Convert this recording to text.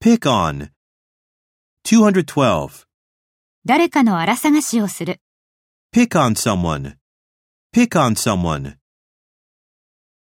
Pick on. 212. 誰かの荒探しをする。 Pick on someone. Pick on someone.